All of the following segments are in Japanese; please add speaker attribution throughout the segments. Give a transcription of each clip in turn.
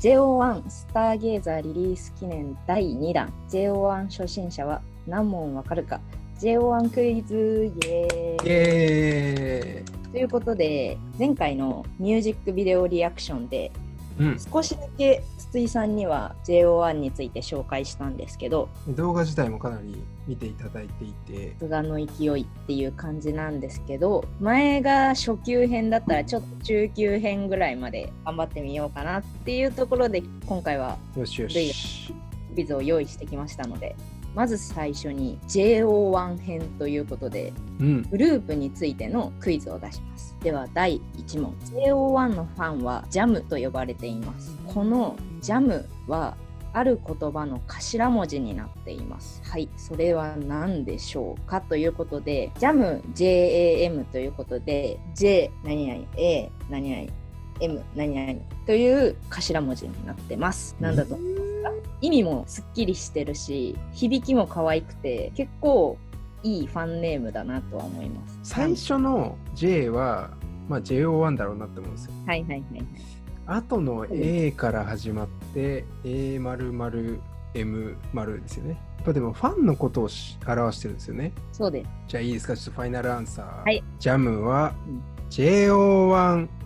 Speaker 1: JO1 スターゲイザーリリース記念第2弾 JO1 初心者は何問わかるか JO1 クイズイエーイ
Speaker 2: イエ
Speaker 1: ということで前回のミュージックビデオリアクションで
Speaker 2: ーイ、うん、
Speaker 1: 少しだけ筒井さんには JO1 について紹介したんですけど
Speaker 2: 動画自体もかなり見ていただいていて
Speaker 1: さすがの勢いっていう感じなんですけど前が初級編だったらちょっと中級編ぐらいまで頑張ってみようかなっていうところで今回は
Speaker 2: よしよし
Speaker 1: クイズを用意してきましたのでまず最初に JO1 編ということで
Speaker 2: うん
Speaker 1: グループについてのクイズを出しますでは第1問 JO1 のファンはジャムと呼ばれていますこのジャムはある言葉の頭文字になっていますはいそれは何でしょうかということでジャム JAM ということで J 何々 A 何々 M 何々という頭文字になってます何だと思いますか意味もすっきりしてるし響きも可愛くて結構いいファンネームだなとは思います。
Speaker 2: 最初の J は、まあ、JO1 だろうなって思うんですよ
Speaker 1: はいはいはいはい。
Speaker 2: 後の A から始まって A 丸丸 M 丸ですよねやっぱでもファンのことをし表してるんですよね
Speaker 1: そうです。
Speaker 2: じゃあいいですかちょっとファイナルアンサー、
Speaker 1: はい
Speaker 2: ジャムは
Speaker 1: うん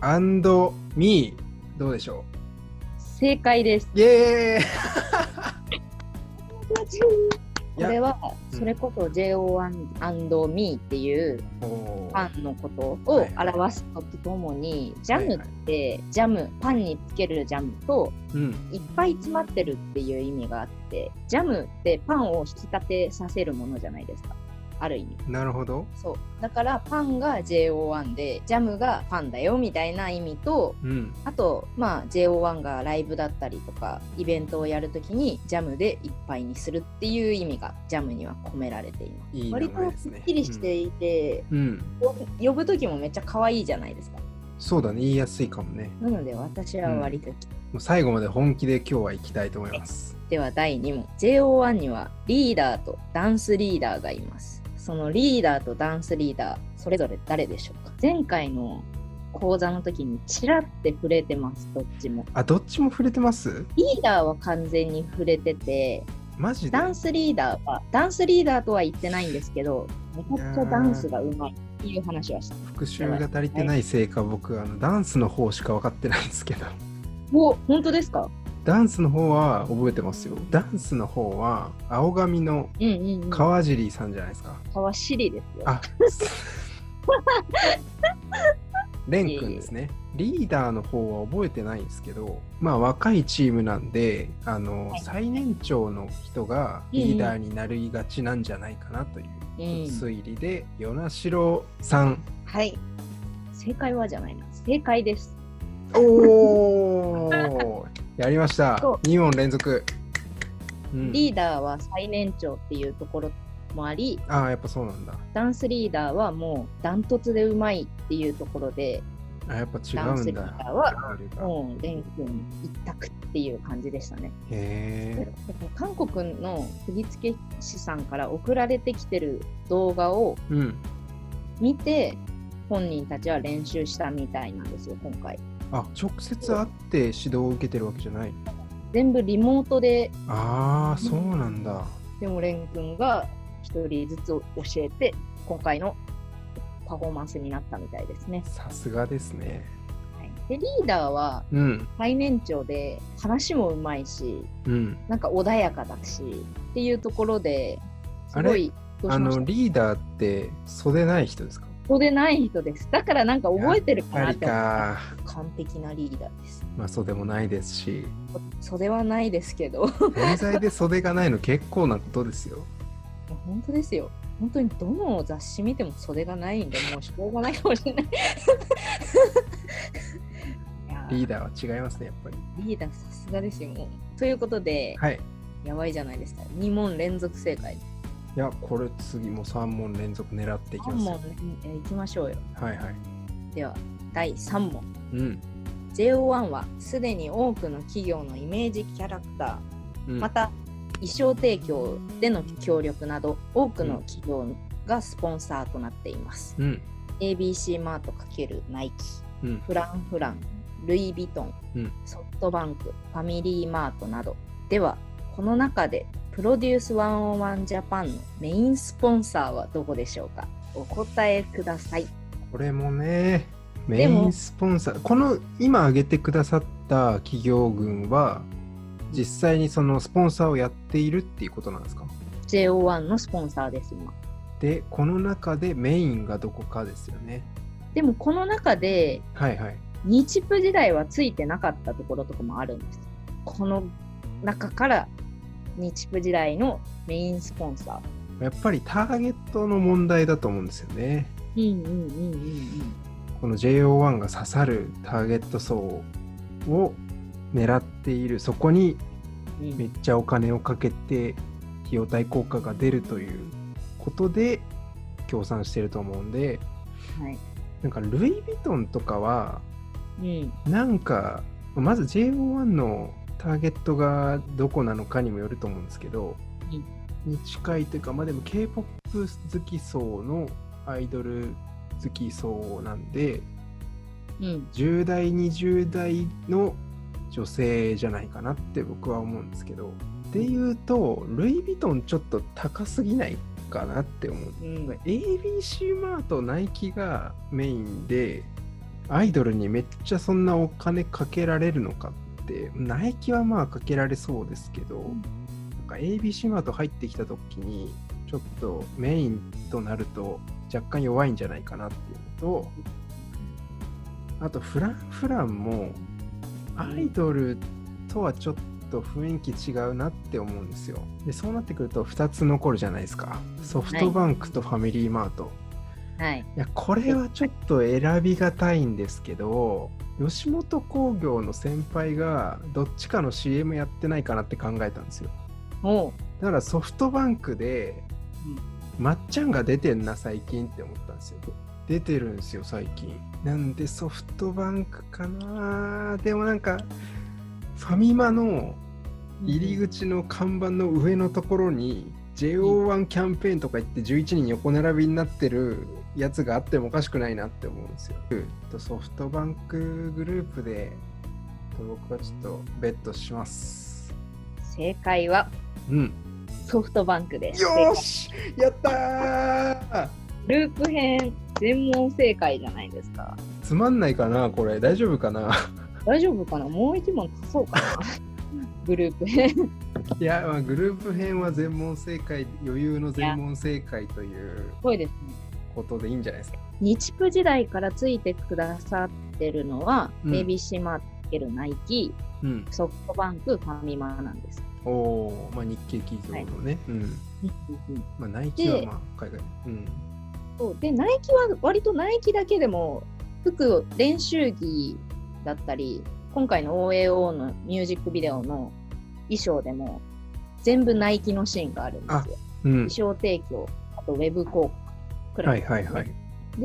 Speaker 2: JO1&Me どうでしょ
Speaker 1: 正解です。
Speaker 2: うイエー
Speaker 1: こ
Speaker 2: イ
Speaker 1: れは
Speaker 2: うん
Speaker 1: それこそ JO1&Me っていう
Speaker 2: お
Speaker 1: フ
Speaker 2: ー
Speaker 1: ァンのことを表すとともにジャムってジャムパンにつけるジャムと
Speaker 2: うん
Speaker 1: いっぱい詰まってるっていう意味があってジャムってパンを引き立てさせるものじゃないですかある意味
Speaker 2: なるほど
Speaker 1: そうだからパンが JO1 でジャムがパンだよみたいな意味と
Speaker 2: うん
Speaker 1: あと、まあ、JO1 がライブだったりとかイベントをやるときにジャムでいっぱいにするっていう意味がジャムには込められています。
Speaker 2: いい名
Speaker 1: 割
Speaker 2: 前
Speaker 1: と
Speaker 2: です
Speaker 1: す
Speaker 2: ね
Speaker 1: っきりしていて、
Speaker 2: うん、うん
Speaker 1: 呼ぶときもめっちゃ可愛いじゃないですか。
Speaker 2: そうだね言いやすいかもね
Speaker 1: なので私は割と、
Speaker 2: もう最後まで本気で今日は行きたいと思います
Speaker 1: では第2問 JO1 にはリーダーとダンスリーダーがいますそのリーダーとダンスリーダーそれぞれ誰でしょうか前回の講座の時にちらって触れてますどっちも
Speaker 2: あどっちも触れてます
Speaker 1: リーダーは完全に触れてて
Speaker 2: マジで
Speaker 1: ダンスリーダーはダンスリーダーとは言ってないんですけどめちゃくちゃダンスがうまいっていう話はした
Speaker 2: 復習が足りてないせいか僕あのダンスの方しか分かってないんですけど
Speaker 1: お本当ですか
Speaker 2: ダンスの方は覚えてますよダンスの方は青髪の
Speaker 1: うんうん、うん、か
Speaker 2: 川尻さんじゃないですか
Speaker 1: わしりですよ
Speaker 2: あレン君ですねリーダーの方は覚えてないんですけどまあ若いチームなんであの、
Speaker 1: はい
Speaker 2: 最年長の人がリーダーになりがちなんじゃないかなという
Speaker 1: う
Speaker 2: 推理で与那城さん
Speaker 1: はい正解はじゃないな正解です
Speaker 2: おお やりました
Speaker 1: そう
Speaker 2: 2問連続、うん、
Speaker 1: リーダーは最年長っていうところもあり
Speaker 2: ああやっぱそうなんだ
Speaker 1: ダンスリーダーはもうダントツでうまいっていうところで
Speaker 2: あやっぱ違
Speaker 1: ダン
Speaker 2: う
Speaker 1: ス
Speaker 2: ん
Speaker 1: リー
Speaker 2: だ
Speaker 1: ダーは
Speaker 2: ルールが
Speaker 1: もう蓮くん一択っていう感じでしたね
Speaker 2: へえ
Speaker 1: 韓国の釘付け師さんから送られてきてる動画を
Speaker 2: うん
Speaker 1: 見て本人たちは練習したみたいなんですよ今回
Speaker 2: あ直接会って指導を受けてるわけじゃない
Speaker 1: 全部リモートで
Speaker 2: ああそうなんだ
Speaker 1: でも蓮くんが1人ずつ教えて今回のパフォーマンスになったみたいですね、
Speaker 2: さすがですね
Speaker 1: はい、でリーダーは
Speaker 2: うん
Speaker 1: 最年長で話もうまいし
Speaker 2: うん
Speaker 1: なんか穏やかだしっていうところですごいどうし
Speaker 2: あ
Speaker 1: まし
Speaker 2: の
Speaker 1: た
Speaker 2: リーダーって袖ない人ですか
Speaker 1: ここでない人ですだからなんか覚えてるか
Speaker 2: や
Speaker 1: な
Speaker 2: っ
Speaker 1: っ
Speaker 2: ぱ
Speaker 1: て
Speaker 2: り
Speaker 1: 思った
Speaker 2: か
Speaker 1: 完璧なリーダーです。
Speaker 2: まあ袖もないですし
Speaker 1: 袖はないですけど、
Speaker 2: 現在で袖がないの 結構なことですよ
Speaker 1: 本当ですよ。本当にどの雑誌見ても袖がないんで、もうしょうがないかもしれない。いや
Speaker 2: リーダーは違いますねやっぱり
Speaker 1: リーダーさすがですよ。もうということで、
Speaker 2: はい
Speaker 1: やばいじゃないですか。2問連続正解。
Speaker 2: いや、これ次も3問連続狙っていき
Speaker 1: 3
Speaker 2: ます
Speaker 1: 問
Speaker 2: よ。
Speaker 1: えーいきましょうよ。
Speaker 2: はいはい。
Speaker 1: では、第3問。
Speaker 2: うん。
Speaker 1: JO1 はすでに多くの企業のイメージキャラクタ
Speaker 2: うん
Speaker 1: ーまた衣装提供での協力など多くの企業がスポンサーとなっています
Speaker 2: うん。
Speaker 1: ABC マート×ナイキ
Speaker 2: うん。
Speaker 1: フランフランルイ・ヴィトン、
Speaker 2: うん
Speaker 1: ソフトバンク、ファミリーマートなどではこの中でプロデュース101ジャパンのメインスポンサーはどこでしょうかお答えください。
Speaker 2: これもね、メイ
Speaker 1: でも
Speaker 2: ンスポンサー、この今挙げてくださった企業群は、実際にそのスポンサーをやっているっていうことなんですか
Speaker 1: JO1 のスポンサーです今。
Speaker 2: で、この中でメインがどこかですよね。
Speaker 1: でもこの中で
Speaker 2: はいはい。
Speaker 1: 日プ時代はついてなかったところとかもあるんです。この中から日プ時代のメインスポンサ
Speaker 2: やっぱりターゲットの問題だと思うんですよね。
Speaker 1: ー。うんうんうんうんうん。
Speaker 2: この JO1 が刺さるターゲット層を狙っている、そこに
Speaker 1: うん
Speaker 2: めっちゃお金をかけて費用対効果が出るということで協賛してると思うんで
Speaker 1: はい
Speaker 2: なんかルイ・ヴィトンとかは
Speaker 1: うん
Speaker 2: なんかまず JO1 のターゲットがどこなのかにもよると思うんですけど、に近いというかまあでも k p o p 好き層のアイドル好き層なんで
Speaker 1: うん
Speaker 2: 10代20代の女性じゃないかなって僕は思うんですけどでいうとルイ・ヴィトンちょっと高すぎないかなって思う
Speaker 1: うん
Speaker 2: なんか ABC マートナイキがメインでアイドルにめっちゃそんなお金かけられるのかってナイキはまあかけられそうですけど、
Speaker 1: ん
Speaker 2: なんか ABC マート入ってきた時にちょっとメインとなると若干弱いんじゃないかなっていうのとあとフランフランもアイドルとはちょっと雰囲気違うなって思うんですよでそうなってくると2つ残るじゃないですかソフトバンクとファミリーマート、
Speaker 1: はい。
Speaker 2: いやこれはちょっと選びがたいんですけど吉本興業の先輩がどっちかの CM やってないかなって考えたんですよ
Speaker 1: おう
Speaker 2: だからソフトバンクで、まっちゃんが出てんな最近って思ったんですよ出てるんですよ最近なんでソフトバンクかなでもなんかファミマの入り口の看板の上のところに JO1 キャンペーンとか言って11人横並びになってるやつがあってもおかしくないなって思うんですよ。とソフトバンクグループでと僕はちょっとベットします。
Speaker 1: 正解は
Speaker 2: うん。
Speaker 1: ソフトバンクです。
Speaker 2: よーしやったー
Speaker 1: ループ編全問正解じゃないですか。
Speaker 2: つまんないかなこれ大丈夫かな
Speaker 1: 大丈夫かなもう一問足そうかなグループ編。
Speaker 2: いや、まあ、グループ編は全問正解余裕の全問正解という
Speaker 1: すごいですね。
Speaker 2: ことでいいんじゃないですか。
Speaker 1: 日プ時代からついてくださってるのは、
Speaker 2: うん
Speaker 1: ABC マーケルナイキ、
Speaker 2: うん。
Speaker 1: ソフトバンク、ファミマなんです。
Speaker 2: おおーまあ日系企業のね。うん。まあ、ナイキは
Speaker 1: で
Speaker 2: まあ海外。うん。
Speaker 1: そうで、ナイキは割とナイキだけでも、服、練習着だったり、今回の OAO のミュージックビデオの衣装でも、全部ナイキのシーンがあるんですよ。
Speaker 2: うん
Speaker 1: 衣、装提供、あとウェブ広告くら
Speaker 2: はいいはいはい。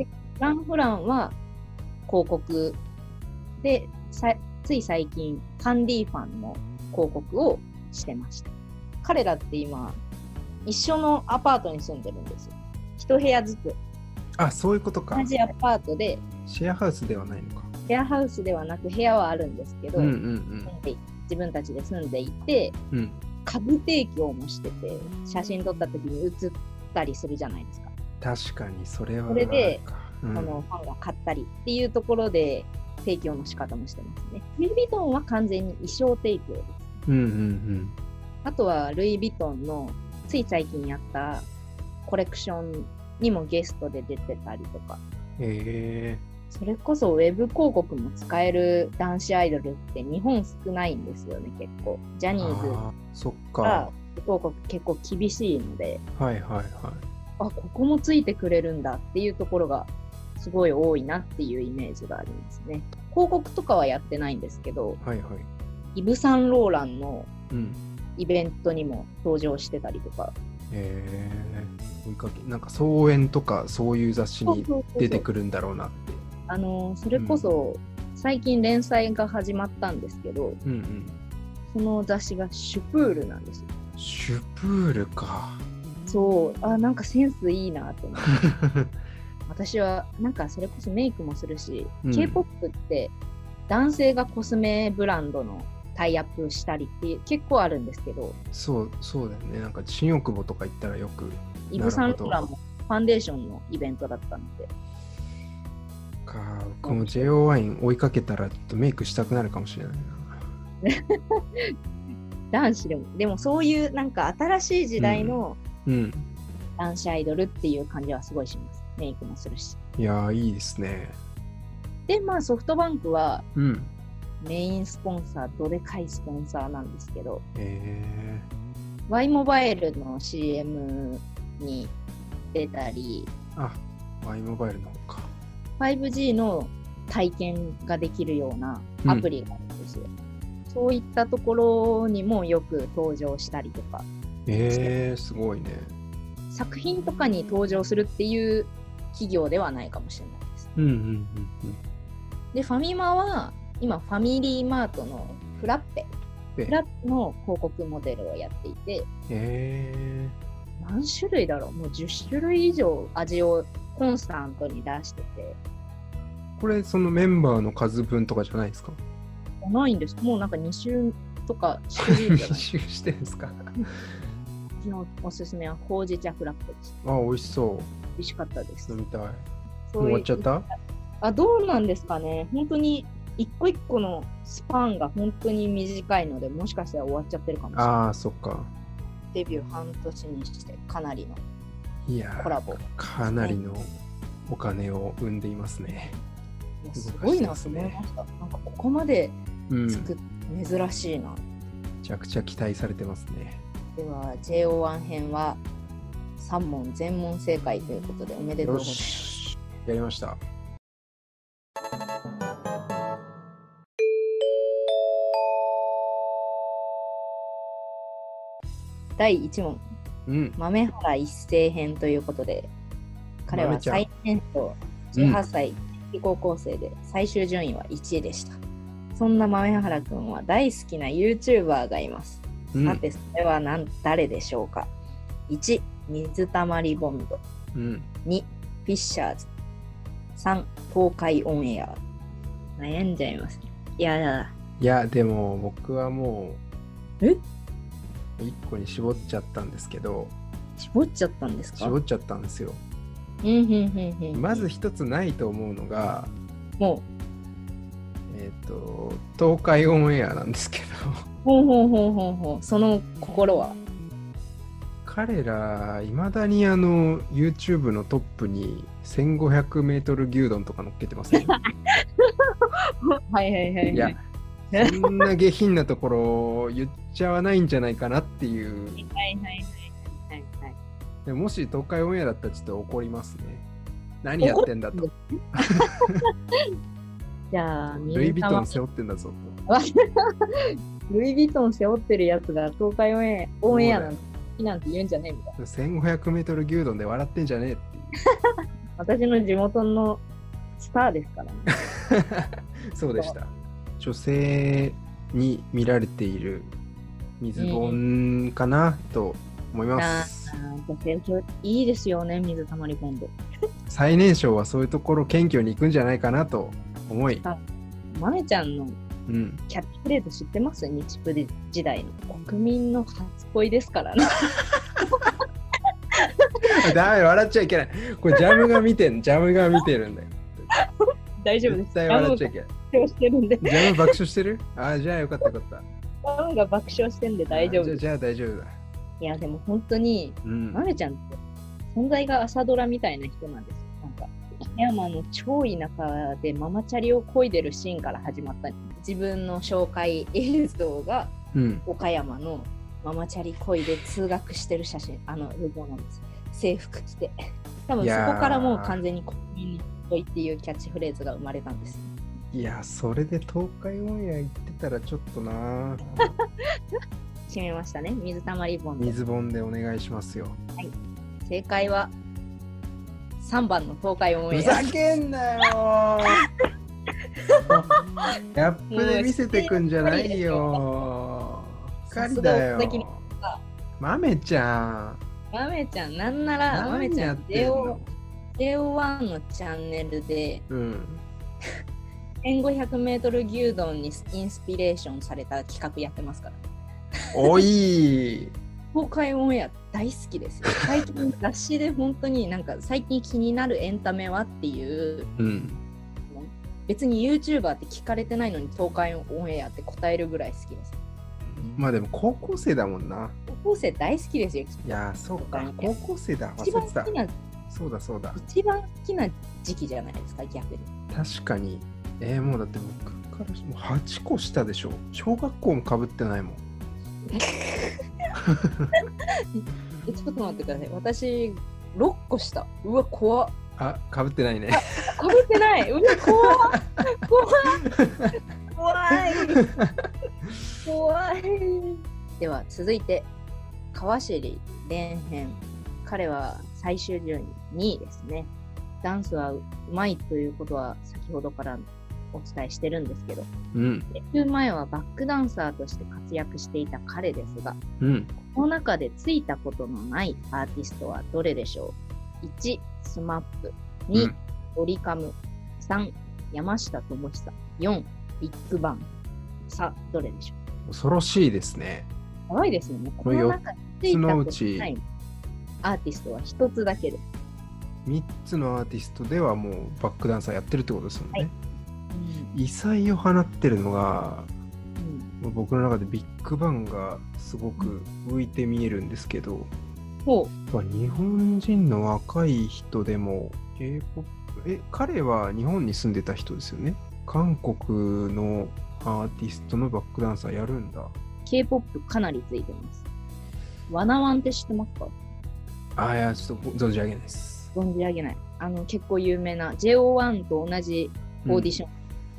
Speaker 1: フランフランは広告でさつい最近カンディファンの広告をしてました彼らって今一緒のアパートに住んでるんですよ一部屋ずつ
Speaker 2: あそういうことか
Speaker 1: 同。じアパートで
Speaker 2: シェアハウスではないのか。
Speaker 1: シェアハウスではなく部屋はあるんですけど、
Speaker 2: うんう
Speaker 1: 住
Speaker 2: ん
Speaker 1: んで自分たちで住んでいて
Speaker 2: うん。うん、
Speaker 1: 株提供もしてて写真撮った時に写ったりするじゃないですか、
Speaker 2: 確かにそれは
Speaker 1: それで
Speaker 2: あるか、うん
Speaker 1: このファンが買ったりっていうところで提供の仕方もしてますねルイ・ヴィトンは完全に衣装提供です
Speaker 2: うんうん
Speaker 1: あとはルイ・ヴィトンのつい最近やったコレクションにもゲストで出てたりとか、
Speaker 2: うん。え
Speaker 1: それこそウェブ広告も使える男子アイドルって日本少ないんですよね、結構。ジャ
Speaker 2: え
Speaker 1: ニーズ
Speaker 2: ー。あーそっ
Speaker 1: が
Speaker 2: か。
Speaker 1: ウェブ広告結構厳しいので、
Speaker 2: はいはいは
Speaker 1: あ、
Speaker 2: い。
Speaker 1: ここもついてくれるんだっていうところがすごい多いなっていうイメージがありますね。広告とかはやってないんですけど、
Speaker 2: はいはい。
Speaker 1: イブ・サンローランの
Speaker 2: うん。
Speaker 1: イベントにも登場してたりとか。
Speaker 2: ええ追いかけ、なんか草園とかそういう雑誌に出てくるんだろうなって。
Speaker 1: あのそれこそ最近連載が始まったんですけど、
Speaker 2: うんうん。
Speaker 1: その雑誌が「シュプール」なんですよ。
Speaker 2: シュプール か。
Speaker 1: そうあなんかセンスいいなって思って私はなんかそれこそメイクもするし、
Speaker 2: うん
Speaker 1: k p o p って男性がコスメブランドのタイアップしたりって結構あるんですけど
Speaker 2: そうそうだよねなんか新大久保とか行ったらよく
Speaker 1: イブ・サンローランもファンデーションのイベントだったので
Speaker 2: かこの JO ワイン追いかけたらちょっとメイクしたくなるかもしれないな
Speaker 1: 男子でもでもそういうなんか新しい時代の
Speaker 2: うん
Speaker 1: 男子アイドルっていう感じはすごいします、メイクもするし
Speaker 2: いやーいいですね
Speaker 1: でまあソフトバンクは
Speaker 2: うん
Speaker 1: メインスポンサーどでかいスポンサーなんですけど
Speaker 2: え
Speaker 1: Y モバイルの CM に出たり
Speaker 2: ー、あ Y モバイルの方か
Speaker 1: 5G の体験ができるようなアプリがあるんですよ、そういったところにもよく登場したりとか
Speaker 2: えー、すごいね
Speaker 1: 作品とかに登場するっていう企業ではないかもしれないです
Speaker 2: うんうんうんうん
Speaker 1: でファミマは今ファミリーマートのフラッペ
Speaker 2: で
Speaker 1: フラッペの広告モデルをやっていて
Speaker 2: え
Speaker 1: 何種類だろうもう10種類以上味をコンスタントに出してて
Speaker 2: ー、これそのメンバーの数分とかじゃないですか
Speaker 1: ないんですもうなんか2週とか種類じゃ
Speaker 2: 一
Speaker 1: ない
Speaker 2: 周してんです か
Speaker 1: うちのおすすめはほうじ茶フラッペです
Speaker 2: あ美味しそ
Speaker 1: 美味しかったです
Speaker 2: う飲みたい
Speaker 1: そ
Speaker 2: もう
Speaker 1: う
Speaker 2: 終
Speaker 1: い
Speaker 2: わっちゃった
Speaker 1: あどうなんですかね本当に一個一個のスパンが本当に短いのでもしかしたら終わっちゃってるかもしれない
Speaker 2: ああそっか
Speaker 1: デビュー半年にしてかなりの
Speaker 2: いやー
Speaker 1: コラボ
Speaker 2: かなりのお金を生んでいますね。
Speaker 1: いやすごいなと思いました。なんかここまで
Speaker 2: うん、
Speaker 1: つく、珍しいな。
Speaker 2: めちゃくちゃ期待されてますね。
Speaker 1: では JO1 編は3問全問正解ということでおめでとうご
Speaker 2: よ
Speaker 1: ざいます。
Speaker 2: し、やりました。
Speaker 1: 第1問
Speaker 2: うん、
Speaker 1: 豆原一世編ということで彼は
Speaker 2: 豆ちゃん
Speaker 1: 最年少18歳、高校生で最終順位は1位でした。そんな豆原くんは大好きな YouTuber がいます。
Speaker 2: う
Speaker 1: さ
Speaker 2: ん、
Speaker 1: てそれは何誰でしょうか ?1 水たまりボンド
Speaker 2: うん、
Speaker 1: 2フィッシャーズ3東海オンエア悩んじゃいますいやだ
Speaker 2: いや、でも、僕はもう。
Speaker 1: え
Speaker 2: 一個に絞っちゃったんですけど、
Speaker 1: 絞っちゃったんですか
Speaker 2: 絞っちゃったんですよ。
Speaker 1: うんうんうんうん
Speaker 2: まず一つないと思うのが、
Speaker 1: も
Speaker 2: えっ、と、東海オンエアなんですけど。
Speaker 1: うほうほうほうほうほうその心は
Speaker 2: 彼らいまだにあの YouTube のトップに 1500m 牛丼とか乗っけてます ね
Speaker 1: はいはいはい
Speaker 2: いやそんな下品なところを言っちゃわないんじゃないかなっていう
Speaker 1: はいはいはいはい
Speaker 2: でもし東海オンエアだったらちょっと怒りますね何やってんだと
Speaker 1: じゃあ
Speaker 2: ルイ・ヴ
Speaker 1: 水
Speaker 2: ィト
Speaker 1: 玉
Speaker 2: ン背負ってんだぞと
Speaker 1: ルイ・ヴィトン背負ってるやつが東海オンエアオンエアなんて好きなんて言うんじゃねえみたいな
Speaker 2: 1500m 牛丼で笑ってんじゃねえって
Speaker 1: 私の地元のスターですからね
Speaker 2: いう そうでした女性に見られている水本かなと思います、
Speaker 1: あー女性教いいですよね水たまりボンド
Speaker 2: 最年少はそういうところ謙虚に行くんじゃないかなと思い、
Speaker 1: マネちゃんの
Speaker 2: うん、
Speaker 1: キャッチフレーズ知ってます日プレ時代の国民の初恋ですからね
Speaker 2: ダメ笑っちゃいけないこれジャムが見て んジャムが見てるんだよ
Speaker 1: 大丈夫で
Speaker 2: 絶
Speaker 1: す
Speaker 2: 対
Speaker 1: ダ
Speaker 2: 笑
Speaker 1: ム
Speaker 2: っちゃ
Speaker 1: が
Speaker 2: いけない
Speaker 1: 爆笑してるんで
Speaker 2: ジャム爆笑してるあーじゃあよかったよかった
Speaker 1: ダムが爆笑してるんで大丈
Speaker 2: あー
Speaker 1: 夫
Speaker 2: じゃあ
Speaker 1: です
Speaker 2: じゃあ大丈夫だ
Speaker 1: いやでも本当に
Speaker 2: うん
Speaker 1: マネちゃんって存在が朝ドラみたいな人なんですよなんか北山の超田舎でママチャリを漕いでるシーンから始まった自分の紹介映像が
Speaker 2: うん
Speaker 1: 岡山のママチャリ漕いで通学してる写真あの映像なんです制服着て多分
Speaker 2: い
Speaker 1: そ
Speaker 2: やー
Speaker 1: こからもう完全に国民に恋っていうキャッチフレーズが生まれたんです
Speaker 2: いやそれで東海オンエア行ってたらちょっとな
Speaker 1: 決めましたね水たまりボンド
Speaker 2: 水本でお願いしますよ
Speaker 1: 正解は3番の東海オン
Speaker 2: ふ
Speaker 1: エ
Speaker 2: ざ
Speaker 1: ア
Speaker 2: けん なよギャップで見せてくんじゃないよ
Speaker 1: もう
Speaker 2: 狩
Speaker 1: 知
Speaker 2: り
Speaker 1: ってる
Speaker 2: だ
Speaker 1: よさすが
Speaker 2: よ
Speaker 1: お先に
Speaker 2: 豆ちゃん
Speaker 1: まめちゃんなんならまめ
Speaker 2: 何
Speaker 1: ちゃ
Speaker 2: やっ
Speaker 1: ん
Speaker 2: てん
Speaker 1: JO-
Speaker 2: の
Speaker 1: JO1 のチャンネルで
Speaker 2: うん
Speaker 1: 1500m 牛丼にインスピレーションされた企画やってますから
Speaker 2: おい
Speaker 1: 東海オンエア大好きですよ最近雑誌で本当になんか最近気になるエンタメはって いう
Speaker 2: うん
Speaker 1: 別に YouTuber って聞かれてないのに東海オンエアって答えるぐらい好きです
Speaker 2: まあでも高校生だもんな
Speaker 1: 高校生大好きですよきっと
Speaker 2: いやーそうか高校生だ
Speaker 1: 一
Speaker 2: 忘
Speaker 1: 番
Speaker 2: れてた
Speaker 1: 好きな
Speaker 2: そうだそうだ
Speaker 1: 一番好きな時期じゃないですか逆に
Speaker 2: 確かにえー、もうだって僕からしもう8個下でしょ小学校もかぶってな いもん
Speaker 1: えちょっと待ってください私6個したうわ怖っ
Speaker 2: あかぶってないね
Speaker 1: かぶってないうわ怖っ怖い怖い怖いでは続いて川尻蓮編彼は最終順位2位ですねダンスはうまいということは先ほどからお伝えしてるんですけど
Speaker 2: うん
Speaker 1: デビュー前はバックダンサーとして活躍していた彼ですが
Speaker 2: うん
Speaker 1: この中でついたことのないアーティストはどれでしょう ?1、スマップ。2、
Speaker 2: うん
Speaker 1: オリカム。3、山下智久。4、ビッグバン。さあ、どれでしょう
Speaker 2: 恐ろしいですね
Speaker 1: やばいですよね。
Speaker 2: こ
Speaker 1: こ
Speaker 2: れ
Speaker 1: の中でついたこと
Speaker 2: 四つのうち
Speaker 1: のないアーティストは一つだけです。
Speaker 2: 3つのアーティストではもうバックダンサーやってるってことですもんね、
Speaker 1: はい
Speaker 2: 異彩を放ってるのが
Speaker 1: うん
Speaker 2: まあ僕の中でビッグバンがすごく浮いて見えるんですけど、
Speaker 1: ほ
Speaker 2: まあ日本人の若い人でも k p o p え彼は日本に住んでた人ですよね韓国のアーティストのバックダンサーやるんだ
Speaker 1: う、K-POP かなりついてます。ワナワンって知ってますか
Speaker 2: あいやちょっと存じ上げないです
Speaker 1: 存じ上げない。あの、結構有名な JO1 と同じオーディション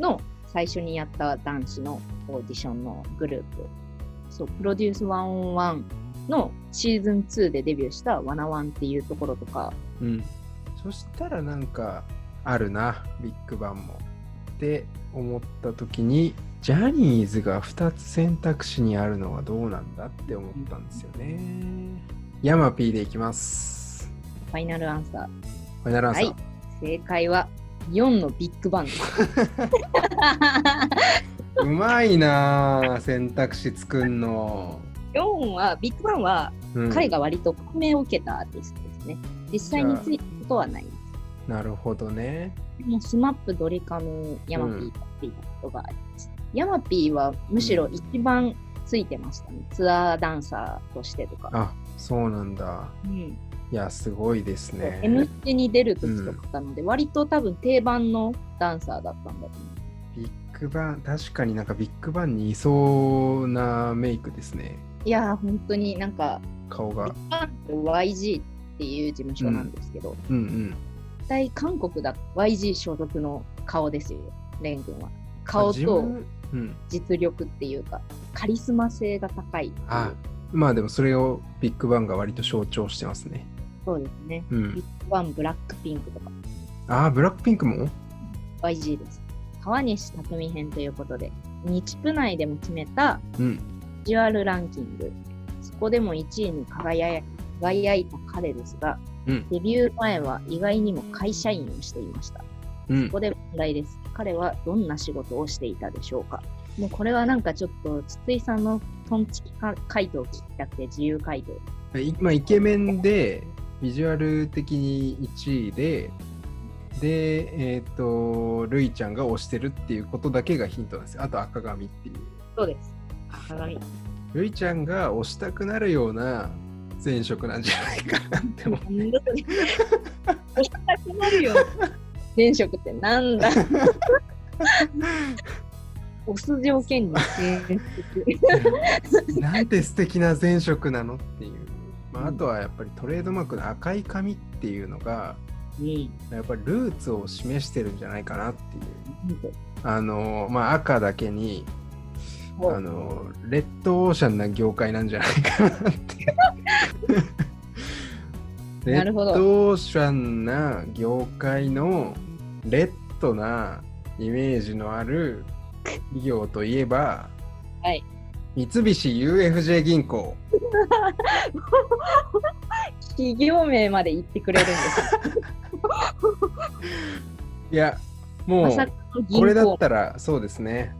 Speaker 1: の最初にやった男子のオーディションのグループ。そう、プロデュース101のシーズン2でデビューしたワナワンっていうところとか、
Speaker 2: うん、うんそしたらなんかあるなビッグバンもって思った時にジャニーズが2つ選択肢にあるのはどうなんだって思ったんですよねヤマピーでいきます
Speaker 1: ファイナルアンサー。
Speaker 2: ファイナルアンサー、
Speaker 1: はい正解は4のビッグバンです。
Speaker 2: うまいなあ選択肢作んの、
Speaker 1: 4は、ビッグバンは
Speaker 2: うん
Speaker 1: 彼が割と感銘を受けたアーティストですね。実際についたことはない。
Speaker 2: なるほどね
Speaker 1: でもスマップ、ドリカム、ヤマピーっていうことがあります。ヤマピーはむしろ一番ついてましたね。ツアーダンサーとしてとか。
Speaker 2: あそうなんだ
Speaker 1: うん、
Speaker 2: いやすごいですね
Speaker 1: M ステに出るときとかなので、割と多分定番のダンサーだったんだと思
Speaker 2: ビッグバン確かになんかビッグバンにいそうなメイクですね
Speaker 1: う。いやー、本当になんか、
Speaker 2: 顔が
Speaker 1: バンと YG っていう事務所なんですけど、
Speaker 2: うんうん
Speaker 1: 絶対韓国だと YG 所属の顔ですよ、レン君は。顔
Speaker 2: 自
Speaker 1: と
Speaker 2: 分うん
Speaker 1: 実力っていうか、カリスマ性が高いっていう
Speaker 2: あまあでもそれをビッグバンが割と象徴してますね
Speaker 1: そうですね。
Speaker 2: う
Speaker 1: ビッ
Speaker 2: ん
Speaker 1: グワン、ブラックピンクとか。
Speaker 2: あーブラックピンクも
Speaker 1: YG です。川西匠編ということで、日プ内でも決めた
Speaker 2: うん
Speaker 1: ビジュアルランキング、そこでも1位に輝い輝いた彼ですが、
Speaker 2: うん
Speaker 1: デビュー前は意外にも会社員をしていました。
Speaker 2: う
Speaker 1: こ
Speaker 2: ん
Speaker 1: こで問題です。彼はどんな仕事をしていたでしょうかもうこれはなんかちょっと筒井さんのトンチキか回答を聞きたくて自由回答。
Speaker 2: いまあ、イケメンでビジュアル的に1位ででえっ、とルイちゃんが推してるっていうことだけがヒントなんですよあと赤髪っていう
Speaker 1: そうです。鏡。
Speaker 2: ルイちゃんが推したくなるような前職なんじゃないかなっ て思う
Speaker 1: なんだそれ。押したくなるよ。前職ってなん だ。押す条件に転職。
Speaker 2: なんて素敵な前職なのっていう、まあ、
Speaker 1: う
Speaker 2: あ
Speaker 1: ん
Speaker 2: とはやっぱりトレードマークの赤い髪っていうのが
Speaker 1: うん。
Speaker 2: やっぱりルーツを示してるんじゃないかなっていうあのまあ赤だけに
Speaker 1: も
Speaker 2: あ
Speaker 1: う
Speaker 2: のレッドオーシャンな業界なんじゃないかなってレ
Speaker 1: なる
Speaker 2: ッ
Speaker 1: ほど
Speaker 2: ドオーシャンな業界のレッドなイメージのある企業といえば、
Speaker 1: はい
Speaker 2: 三菱 UFJ 銀行
Speaker 1: 企業名まで言ってくれるんです。
Speaker 2: いやも
Speaker 1: ま
Speaker 2: う
Speaker 1: さかの銀行
Speaker 2: これだったらそうですね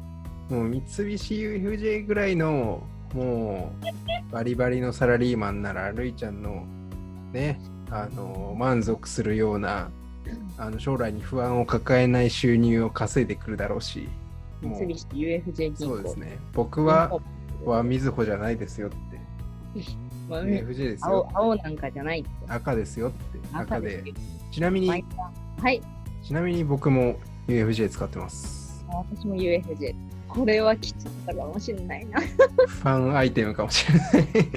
Speaker 2: もう三菱 UFJ ぐらいのもうバリバリのサラリーマンならるいちゃんのねあの満足するようなあの将来に不安を抱えない収入を稼いでくるだろうしも
Speaker 1: 三
Speaker 2: う
Speaker 1: 菱 UFJ 銀行
Speaker 2: そうですね僕ははみずほじゃないですよって
Speaker 1: まあ
Speaker 2: UFJ ですよ
Speaker 1: 青青なんかじゃないって
Speaker 2: 赤ですよって赤で
Speaker 1: です
Speaker 2: ちなみ
Speaker 1: はい
Speaker 2: に
Speaker 1: はい
Speaker 2: ちなみに僕も UFJ 使ってます
Speaker 1: あ私も UFJ これは来ちゃったかもしれないな
Speaker 2: ファンアイテムかもしれない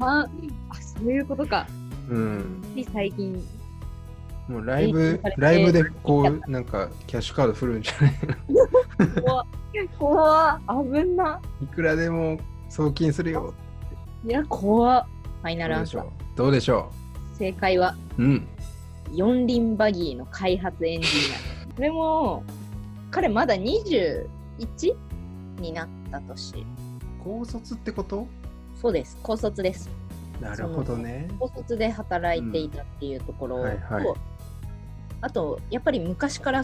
Speaker 1: まああそういうことか
Speaker 2: うん
Speaker 1: 最近
Speaker 2: もうライブ
Speaker 1: え、
Speaker 2: ライブでこう、なんかキャッシュカード振るんじゃない
Speaker 1: 怖っ危んない
Speaker 2: くらでも送金するよ。
Speaker 1: いや怖っファイナル
Speaker 2: どう
Speaker 1: ア
Speaker 2: で
Speaker 1: ン
Speaker 2: し
Speaker 1: サー
Speaker 2: ょうどうでしょ
Speaker 1: 正解は
Speaker 2: ううん。
Speaker 1: 四輪バギーの開発エンジニア。これも、彼まだ 21? になった年。
Speaker 2: 高卒ってこと
Speaker 1: そうです、高卒です。
Speaker 2: なるほどね。
Speaker 1: 高卒で働いていたっていうところ
Speaker 2: う
Speaker 1: と、
Speaker 2: んはいはい
Speaker 1: あと、やっぱり昔から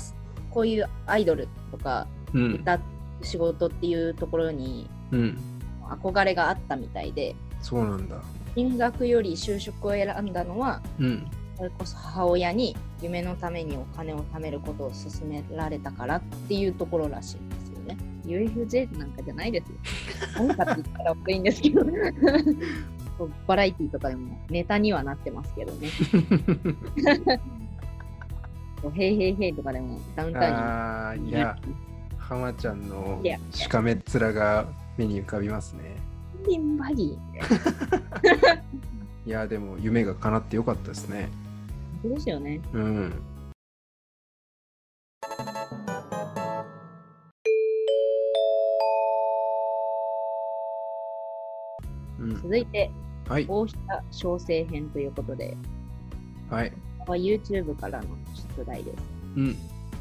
Speaker 1: こういうアイドルとか
Speaker 2: うん。
Speaker 1: 歌、仕事っていうところに
Speaker 2: うん。
Speaker 1: 憧れがあったみたいで、
Speaker 2: そうなんだ。
Speaker 1: 進学より就職を選んだのは、
Speaker 2: うん。
Speaker 1: それこそ母親に夢のためにお金を貯めることを勧められたからっていうところらしいんですよね。UFJ なんかじゃないですよ。音楽って言ったら悪いんですけど、そうバラエティとかでもネタにはなってますけどね。そうヘイヘイヘイとかでもダウンタ
Speaker 2: ああ、
Speaker 1: ウンに。
Speaker 2: いや、浜ちゃんの
Speaker 1: いや
Speaker 2: しかめっ面が目に浮かびますね。
Speaker 1: ピンバギー。
Speaker 2: いや、でも夢が叶ってよかったですね。
Speaker 1: そうですよね。
Speaker 2: うん。うん、
Speaker 1: 続いて、
Speaker 2: はい、
Speaker 1: 大下小生編ということで、
Speaker 2: はい、
Speaker 1: これは YouTube からの出題です。
Speaker 2: うん、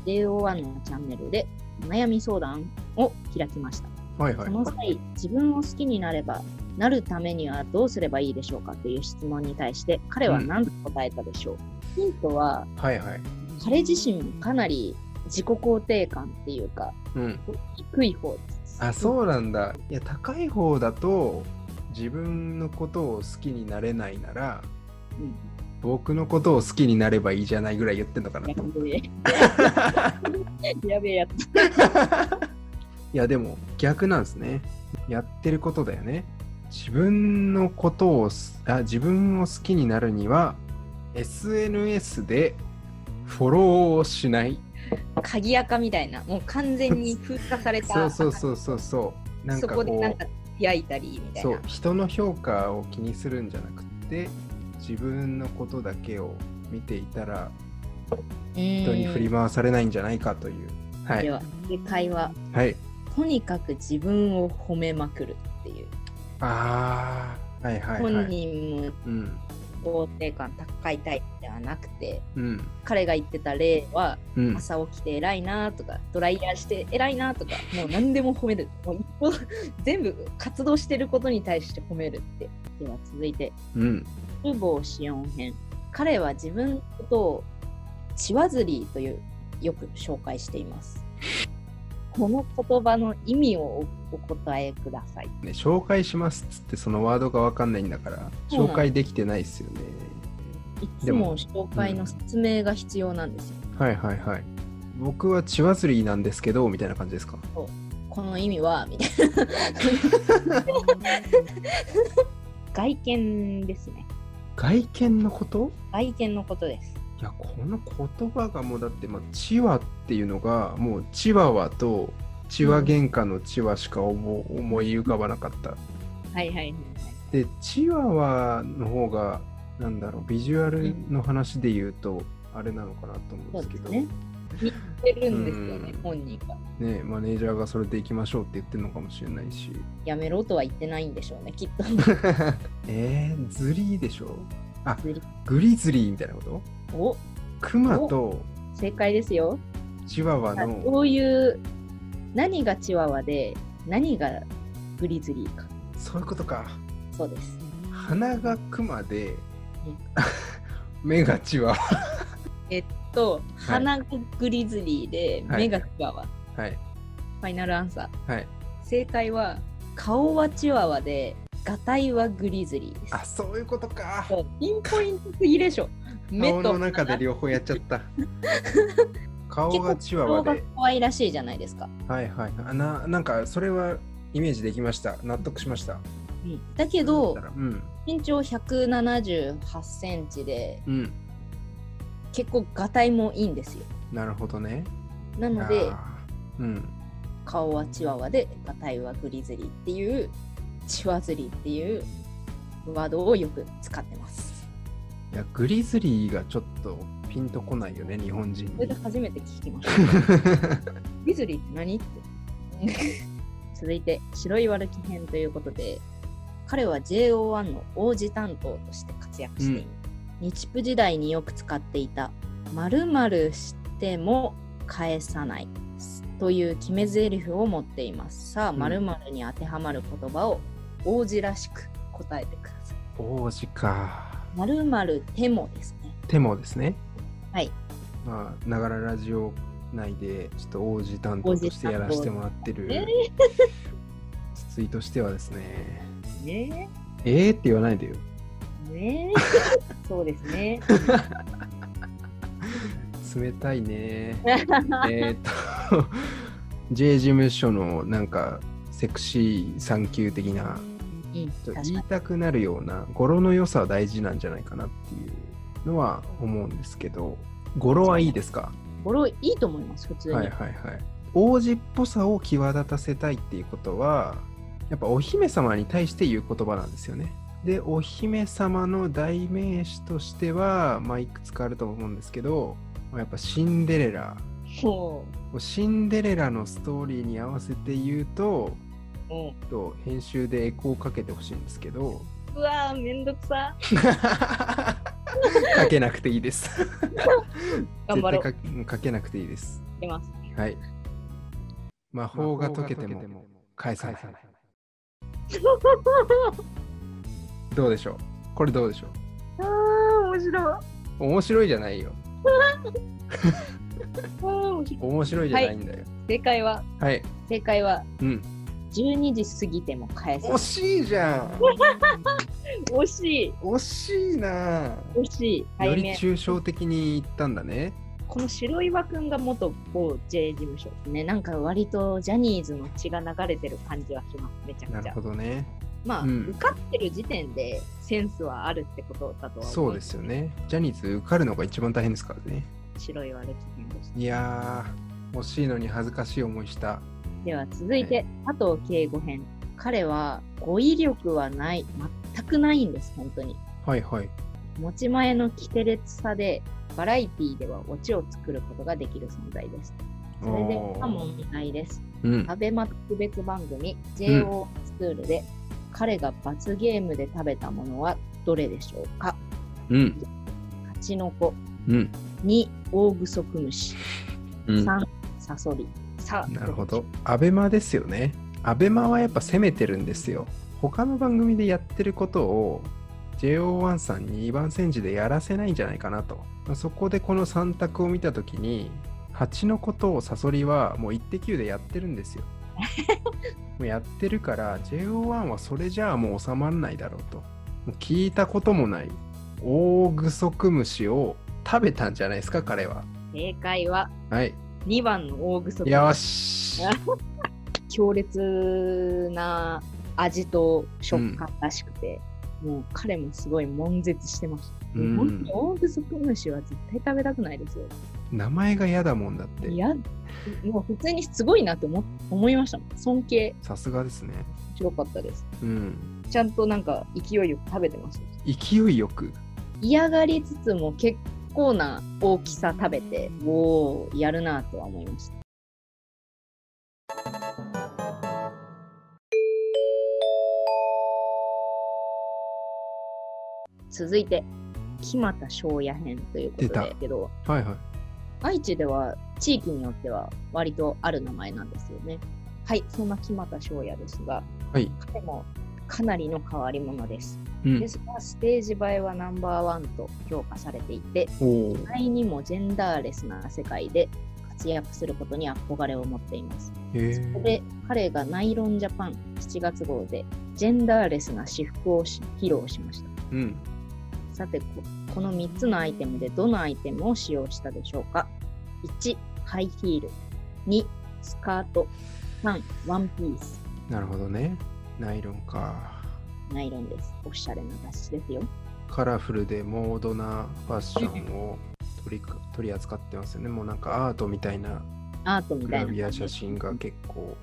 Speaker 1: JO1 のチャンネルでお悩み相談を開きました。
Speaker 2: はい、はい
Speaker 1: そ、の際、自分を好きになれば、なるためにはどうすればいいでしょうかという質問に対して、彼は何と答えたでしょう、ヒントは、
Speaker 2: はい、はい、
Speaker 1: 彼自身もかなり自己肯定感っていうか、
Speaker 2: うん。
Speaker 1: 低い方です。
Speaker 2: あ、そうなんだ。いや、高い方だと、自分のことを好きになれないなら、
Speaker 1: うん。
Speaker 2: 僕のことを好きになればいいじゃないぐらい言ってんのかな
Speaker 1: や
Speaker 2: と思っ
Speaker 1: べえ。やべえやつ。
Speaker 2: いやでも逆なんですね。やってることだよね。自分のことをすあ自分を好きになるには SNS でフォローをしない。
Speaker 1: 鍵垢みたいな、もう完全に封鎖された。
Speaker 2: そうそうそうそうそう。なん
Speaker 1: そ
Speaker 2: か
Speaker 1: こ
Speaker 2: こ
Speaker 1: でなんか
Speaker 2: う
Speaker 1: 焼いたりみたい
Speaker 2: そう
Speaker 1: な。
Speaker 2: 人の評価を気にするんじゃなくて自分のことだけを見ていたら人
Speaker 1: 人
Speaker 2: に振り回されないんじゃないかという。は
Speaker 1: で
Speaker 2: い
Speaker 1: は、正解は、
Speaker 2: はい。
Speaker 1: とにかく自分を褒めまくるっていう。
Speaker 2: ああはいはいは
Speaker 1: 本
Speaker 2: い。
Speaker 1: 人も
Speaker 2: うん
Speaker 1: 肯定感高いタイプではなくて
Speaker 2: うん
Speaker 1: 彼が言ってた例は
Speaker 2: うん。
Speaker 1: 朝起きて偉いなとかドライヤーして偉いなとかもう何でも褒める もう一歩全部活動してることに対して褒めるってでは続いて
Speaker 2: うん
Speaker 1: 「厨房シオン編」彼は自分のことを「チワズリー」というよく紹介していますこの言葉の意味をおお答えください
Speaker 2: ね、紹介しますっつってそのワードが分かんないんだから
Speaker 1: そうなの
Speaker 2: 紹介できてないですよね。
Speaker 1: いつも紹介の説明が必要なんですよ、
Speaker 2: はいはいはい。僕はチワズリーなんですけどみたいな感じですか。
Speaker 1: この意味はみたいな外見ですね
Speaker 2: 外見のこと
Speaker 1: 外見のことです
Speaker 2: いやこの言葉がもうだって、まあ、チワっていうのがもうチワワとチワ喧嘩のチワしか思思い浮かばなかった。
Speaker 1: はいはいはい
Speaker 2: でチワワの方がなんだろうビジュアルの話で言うとあれなのかなと思うん
Speaker 1: そ
Speaker 2: で
Speaker 1: うです
Speaker 2: すけど。
Speaker 1: ね似てるんですよね
Speaker 2: うん
Speaker 1: 本人が
Speaker 2: ね、マネージャーがそれで行きましょうって言ってるのかもしれないし
Speaker 1: やめろとは言ってないんでしょうねきっと
Speaker 2: えー、ズリーでしょあ
Speaker 1: ズリ
Speaker 2: グリズリーみたいなこと
Speaker 1: お
Speaker 2: クマと
Speaker 1: 正解ですよ
Speaker 2: チワワの
Speaker 1: どういう何がチワワで何がグリズリーか
Speaker 2: そういうことか
Speaker 1: そうです
Speaker 2: 鼻がクマで 目がチワワ
Speaker 1: えっと鼻がグリズリーで
Speaker 2: はい
Speaker 1: 目がチワワ、
Speaker 2: はい
Speaker 1: ファイナルアンサー
Speaker 2: はい
Speaker 1: 正解は顔はチワワでガタイはグリズリーです
Speaker 2: あそういうことか
Speaker 1: そうピンポイントすぎでしょ目
Speaker 2: 顔
Speaker 1: と
Speaker 2: の中で両方やっちゃった 顔がチワ
Speaker 1: 顔
Speaker 2: ワ
Speaker 1: が
Speaker 2: で
Speaker 1: 可愛らしいじゃないですか、
Speaker 2: はいはいあななんかそれはイメージできました納得しました
Speaker 1: だけど
Speaker 2: うん
Speaker 1: 身長178センチで
Speaker 2: うん
Speaker 1: 結構ガタイもいいんですよ
Speaker 2: なるほどね
Speaker 1: なので
Speaker 2: あーうん
Speaker 1: 顔はチワワでガタイはグリズリーっていうチワズリーっていうワードをよく使ってます
Speaker 2: いやグリズリーがちょっとピンとこないよね日本人
Speaker 1: これ
Speaker 2: に
Speaker 1: で初めて聞きましたグリズリーって何って続いて白い悪気編ということで彼は JO1 の王子担当として活躍している、日プ時代によく使っていた「まるしても返さない」という決め台詞を持っていますさあ
Speaker 2: ん
Speaker 1: まるに当てはまる言葉を王子らしく答えてください
Speaker 2: 王子か
Speaker 1: まるまるてもですね
Speaker 2: テモですね
Speaker 1: はい
Speaker 2: まあながらラジオ内でちょっと王子担当としてやらせてもらってる
Speaker 1: 王子担
Speaker 2: ツイートしてはですね
Speaker 1: ね
Speaker 2: えーって言わないでよ
Speaker 1: えね そうですね
Speaker 2: 冷た いねえーっと J 事務所のなんかセクシー産休的な
Speaker 1: うん
Speaker 2: ちょ
Speaker 1: 確
Speaker 2: っと
Speaker 1: か
Speaker 2: 言い
Speaker 1: に
Speaker 2: たくなるような語呂の良さは大事なんじゃないかなっていうのは思うんですけど語呂はいいですか
Speaker 1: これいいと思います普通に、
Speaker 2: はいはいはい王子っぽさを際立たせたいっていうことはやっぱお姫様に対して言う言葉なんですよねでお姫様の代名詞としてはまあいくつかあると思うんですけどまあやっぱシンデレラ
Speaker 1: ほ
Speaker 2: シンデレラのストーリーに合わせて言うと
Speaker 1: ううん
Speaker 2: ちょっと編集でエコーかけてほしいんですけど
Speaker 1: うわーめんどくさ
Speaker 2: かけなくていいです
Speaker 1: 頑張ろう
Speaker 2: 絶対かかけなくていいです
Speaker 1: いき ます
Speaker 2: はい魔法が解けても返さないどうでしょうこれどうでしょ
Speaker 1: あー面白い。あ
Speaker 2: う面白いじゃないよ
Speaker 1: ー面白い。
Speaker 2: 面白いじゃないんだよ
Speaker 1: 正解は
Speaker 2: はい、
Speaker 1: 正解は
Speaker 2: うん
Speaker 1: 12時過ぎても返さな
Speaker 2: 惜
Speaker 1: い。
Speaker 2: しいじゃ ん
Speaker 1: 惜しい。
Speaker 2: 惜しいな
Speaker 1: 惜しい。
Speaker 2: よ
Speaker 1: 早
Speaker 2: り
Speaker 1: め。
Speaker 2: 抽象的に言ったんだね
Speaker 1: この白岩くんが元某 J 事務所ですね。なんか割とジャニーズの血が流れてる感じはします。めちゃ
Speaker 2: な
Speaker 1: くち
Speaker 2: る
Speaker 1: ゃ
Speaker 2: ほ。どね
Speaker 1: まあ、
Speaker 2: うん
Speaker 1: 受かってる時点でセンスはあるってことだとは思。
Speaker 2: そうですすよね。ジャニーズ受かるのが一番大変ですからね。
Speaker 1: 白岩歴編でした。
Speaker 2: いやー、惜しいのに恥ずかしい思いした。
Speaker 1: では続いて、佐藤敬吾編。彼は語彙力はない。全くないんです、本当に。
Speaker 2: はいはい。
Speaker 1: 持ち前のキテレツさでバラエティではオチを作ることができる存在です。それで
Speaker 2: おー
Speaker 1: 他問題です。
Speaker 2: うん。
Speaker 1: アベマ特別番組 JO スクールで、彼が罰ゲームで食べたものはどれでしょうか
Speaker 2: うん。
Speaker 1: タチノコ
Speaker 2: うん。
Speaker 1: 2オオグソクムシ
Speaker 2: うん、な
Speaker 1: 3サソリさあ
Speaker 2: るほど。アベマですよね。アベマはやっぱ攻めてるんですよ。他の番組でやってることを JO1 さんに2番煎じでやらせないんじゃないかなと。そこでこの3択を見たときに、蜂のことをサソリはもう1滴でやってるん ですよ。もうやってるから JO1 はそれじゃあもう収まらないだろうともう聞いたこともないオオグソクムシを食べたんじゃないですか彼は
Speaker 1: 正解は
Speaker 2: はい
Speaker 1: 2番のオオグソクム
Speaker 2: よ
Speaker 1: シ
Speaker 2: し
Speaker 1: 強烈な味と食感らしくて、もう彼もすごい悶絶してました
Speaker 2: う
Speaker 1: もう本
Speaker 2: ん
Speaker 1: 当オオグソクムシは絶対食べたくないですよ。
Speaker 2: 名前が嫌だもんだって
Speaker 1: いや、もう普通にすごいなって思思いましたもん。尊敬、
Speaker 2: さすがですね
Speaker 1: 面白かったです。
Speaker 2: うん
Speaker 1: ちゃんとなんか勢いよく食べてました。
Speaker 2: 勢いよく
Speaker 1: 嫌がりつつも結構な大きさ食べて、おー、やるなとは思いました。続いて、木又翔也編ということ
Speaker 2: 出た
Speaker 1: でけど、
Speaker 2: はいはい
Speaker 1: 愛知では地域によっては割とある名前なんですよね。はい、そんな木又翔也ですが、
Speaker 2: はい
Speaker 1: 彼もかなりの変わり者です。
Speaker 2: うん
Speaker 1: ですが、ステージ映えはナンバーワンと評価されていて、
Speaker 2: おー
Speaker 1: 意外にもジェンダーレスな世界で活躍することに憧れを持っています。
Speaker 2: へ
Speaker 1: そこ
Speaker 2: ー
Speaker 1: で彼がナイロンジャパン7月号でジェンダーレスな私服をし披露しました。
Speaker 2: うん
Speaker 1: さてこ、この3つのアイテムでどのアイテムを使用したでしょうか ?1、ハイヒール。2、スカート。3、ワンピース。
Speaker 2: なるほどねナイロンか
Speaker 1: ナイロンです。おしゃれな雑誌ですよ。
Speaker 2: カラフルでモードなファッションを取り取り扱ってますよねもうなんかアートみたいな
Speaker 1: アートみ
Speaker 2: グ
Speaker 1: たい
Speaker 2: ラ
Speaker 1: な
Speaker 2: ビア写真が結構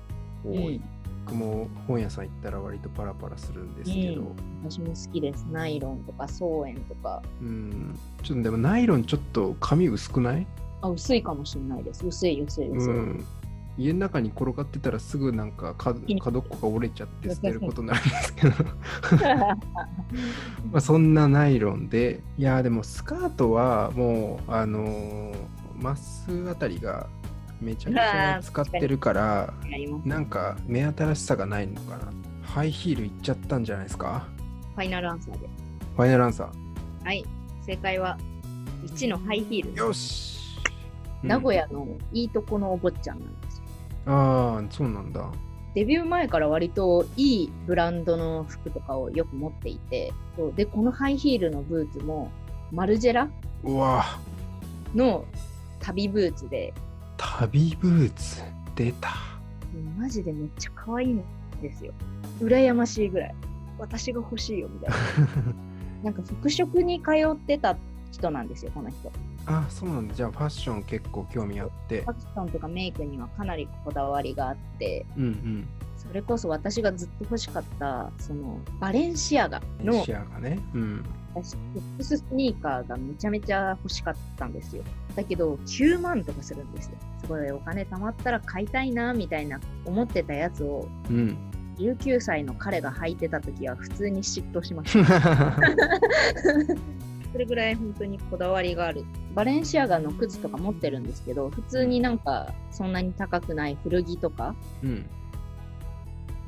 Speaker 2: 多い、
Speaker 1: うん
Speaker 2: 僕も本屋さん行ったら割とパラパラするんですけど、
Speaker 1: 私も好きです。ナイロンとか、ソーエンとか。
Speaker 2: うん、ちょっとでもナイロンちょっと紙薄くない、
Speaker 1: あ、薄いかもしれないです。薄い、薄い、
Speaker 2: う
Speaker 1: 薄い。
Speaker 2: ん、家の中に転がってたらすぐなんかか角っこが折れちゃって捨てることになるんですけど まあそんなナイロンでいやーでもスカートはもうあのーまっすぐあたりがめちゃくちゃ使ってるから
Speaker 1: やります。
Speaker 2: なんか目新しさがないのかなハイヒールいっちゃったんじゃないですか
Speaker 1: ファイナルアンサーで。
Speaker 2: ファイナルアンサ
Speaker 1: はい。正解は1のハイヒール
Speaker 2: ー
Speaker 1: です。
Speaker 2: よし、うん
Speaker 1: 名古屋のいいとこのお坊ちゃんなんですよ。
Speaker 2: ああそうなんだ
Speaker 1: デビュー前から割といいブランドの服とかをよく持っていて、そうで、このハイヒールのブーツも、マルジェラ
Speaker 2: うわ
Speaker 1: の旅ブーツで、
Speaker 2: 旅ブーツ出た
Speaker 1: マジでめっちゃ可愛いんですよ。羨ましいぐらい。私が欲しいよみたいな。なんか服飾に通ってた人なんですよ、この人。
Speaker 2: あそうなんだじゃあファッション結構興味あって
Speaker 1: ファッションとかメイクにはかなりこだわりがあって、
Speaker 2: うん
Speaker 1: それこそ私がずっと欲しかった、そのバレンシアガ
Speaker 2: うん
Speaker 1: の
Speaker 2: シアがねうん
Speaker 1: 私、トップススニーカーがめちゃめちゃ欲しかったんですよ。だけど、9万とかするんですよ。すごいお金貯まったら買いたいな、みたいな思ってたやつを、
Speaker 2: うん
Speaker 1: 19歳の彼が履いてた時は普通に嫉妬しました。それぐらい本当にこだわりがある。バレンシアガの靴とか持ってるんですけど、普通になんかそんなに高くない古着とか
Speaker 2: うん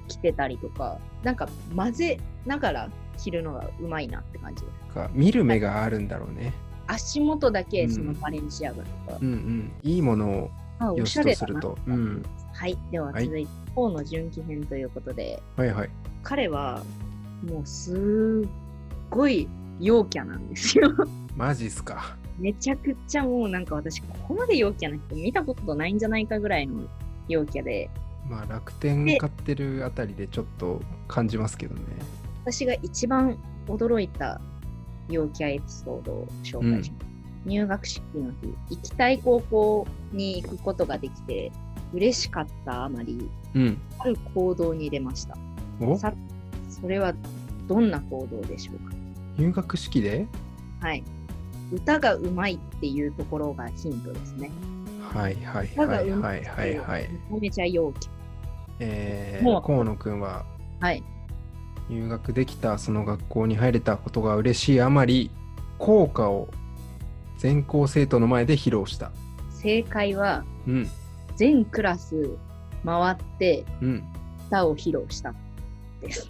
Speaker 1: 着てたりとか、なんか混ぜながら着るのがうまいなって感じです。
Speaker 2: か見る目があるんだろうね
Speaker 1: 足元だけそのバレンシアガとか、
Speaker 2: うんうんいいもの
Speaker 1: あ
Speaker 2: を
Speaker 1: お
Speaker 2: 良
Speaker 1: し
Speaker 2: し
Speaker 1: ゃ
Speaker 2: と
Speaker 1: れ
Speaker 2: す
Speaker 1: だ
Speaker 2: る
Speaker 1: な
Speaker 2: とうん
Speaker 1: はい、では
Speaker 2: はい
Speaker 1: 続いて、王の純喜編ということで、
Speaker 2: はいはい
Speaker 1: 彼はもうすっごい陽キャなんですよ。
Speaker 2: マジっすか
Speaker 1: めちゃくちゃもうなんか私、ここまで陽キャな人見たことないんじゃないかぐらいの陽キャで、
Speaker 2: まあ楽天買ってるあたりでちょっと感じますけどね
Speaker 1: 私が一番驚いた陽キャエピソードを紹介します。入学式の日、行きたい高校に行くことができて、嬉しかったあまり、
Speaker 2: うん
Speaker 1: ある行動に出ました。
Speaker 2: お
Speaker 1: さそれはどんな行動でしょうか
Speaker 2: 入学式で
Speaker 1: はい。歌がうまいっていうところがヒントですね。
Speaker 2: はいはいはいはいはいはい
Speaker 1: めちゃめちゃ陽気。
Speaker 2: え
Speaker 1: も
Speaker 2: ー、
Speaker 1: う
Speaker 2: 河野くんは
Speaker 1: はい。
Speaker 2: 入学できたその学校に入れたことが嬉しいあまり校歌を全校生徒の前で披露した
Speaker 1: 正解は、
Speaker 2: うん
Speaker 1: 全クラス回って
Speaker 2: うん
Speaker 1: 歌を披露した。です。